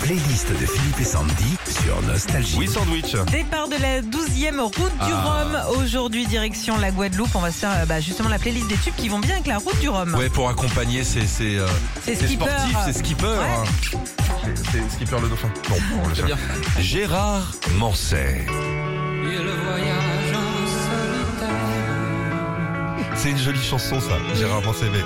playlist de Philippe et Sandy sur Nostalgie. Oui, sandwich. Départ de la 12e route du Ah. Rhum. Aujourd'hui, direction la Guadeloupe. On va se faire euh, bah, justement la playlist des tubes qui vont bien avec la route du Rhum. Ouais, pour accompagner ces, ces, euh, C'est ces skipper. sportifs, ces skippers. Ouais. hein. C'est- C'est skipper le dauphin. Bon, on le sait. Gérard Manset. C'est une jolie chanson, ça, Gérard Manset. mais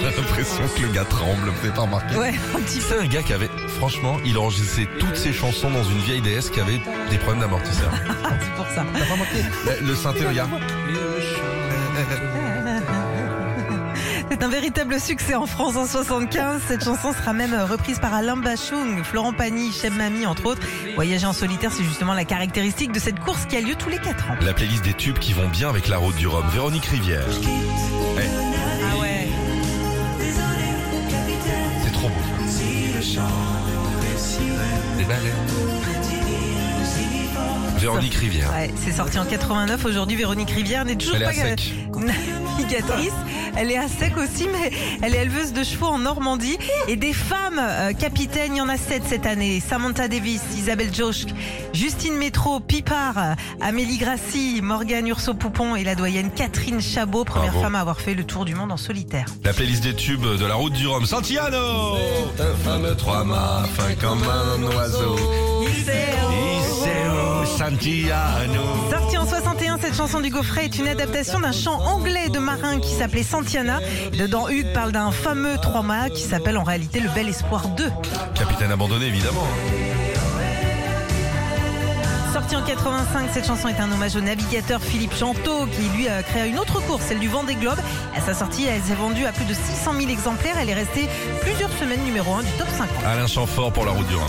On a l'impression que le gars tremble, vous n'avez pas remarqué Ouais, un petit peu. C'est un gars qui avait, franchement, il enregistrait toutes ses chansons dans une vieille DS qui avait des problèmes d'amortisseur. C'est pour ça. T'as pas remarqué Le- Le synthé, regarde. C'est un véritable succès en France en 75. Cette chanson sera même euh, reprise par Alain Bachung, Florent Pagny, Cheb Mami, entre autres. Voyager en solitaire, c'est justement la caractéristique de cette course qui a lieu tous les 4 ans. La playlist des tubes qui vont bien avec la route du Rhum. Véronique Rivière. Ah ouais. C'est trop beau. Des ballets. Véronique Rivière. Ouais, c'est sorti en 89. Aujourd'hui, Véronique Rivière n'est toujours Elle est pas à sec. navigatrice. Elle est à sec aussi, mais elle est éleveuse de chevaux en Normandie. Et des femmes euh, capitaines, il y en a sept cette année. Samantha Davis, Isabelle Josch, Justine Métro, Pipard, euh, Amélie Grassi, Morgane Urso-Poupon et la doyenne Catherine Chabot, première Bravo. femme à avoir fait le tour du monde en solitaire. La playlist des tubes de la route du Rhum. Santiano Un fameux trois mâts, fin comme un oiseau. Iseo Santiano. Sortie en 61, cette chanson du Gaufret est une adaptation d'un chant anglais de marin qui s'appelait Santiana. Dedans, Hugues parle d'un fameux trois-mâts qui s'appelle en réalité le Bel Espoir 2. Capitaine abandonné, évidemment. Sortie en 85, cette chanson est un hommage au navigateur Philippe Chanteau qui lui a créé une autre course, celle du Vendée Globe. À sa sortie, elle s'est vendue à plus de 600 000 exemplaires. Elle est restée plusieurs semaines numéro 1 du top 50. Alain Chamfort pour la route du Rhum.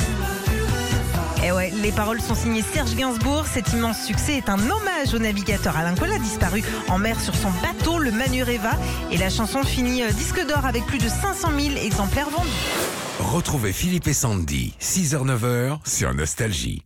Et Eh ouais, les paroles sont signées Serge Gainsbourg. Cet immense succès est un hommage au navigateur Alain Colas, disparu en mer sur son bateau, le Manureva. Et la chanson finit euh, disque d'or avec plus de 500 000 exemplaires vendus. Retrouvez Philippe et Sandy, 6h-9h sur Nostalgie.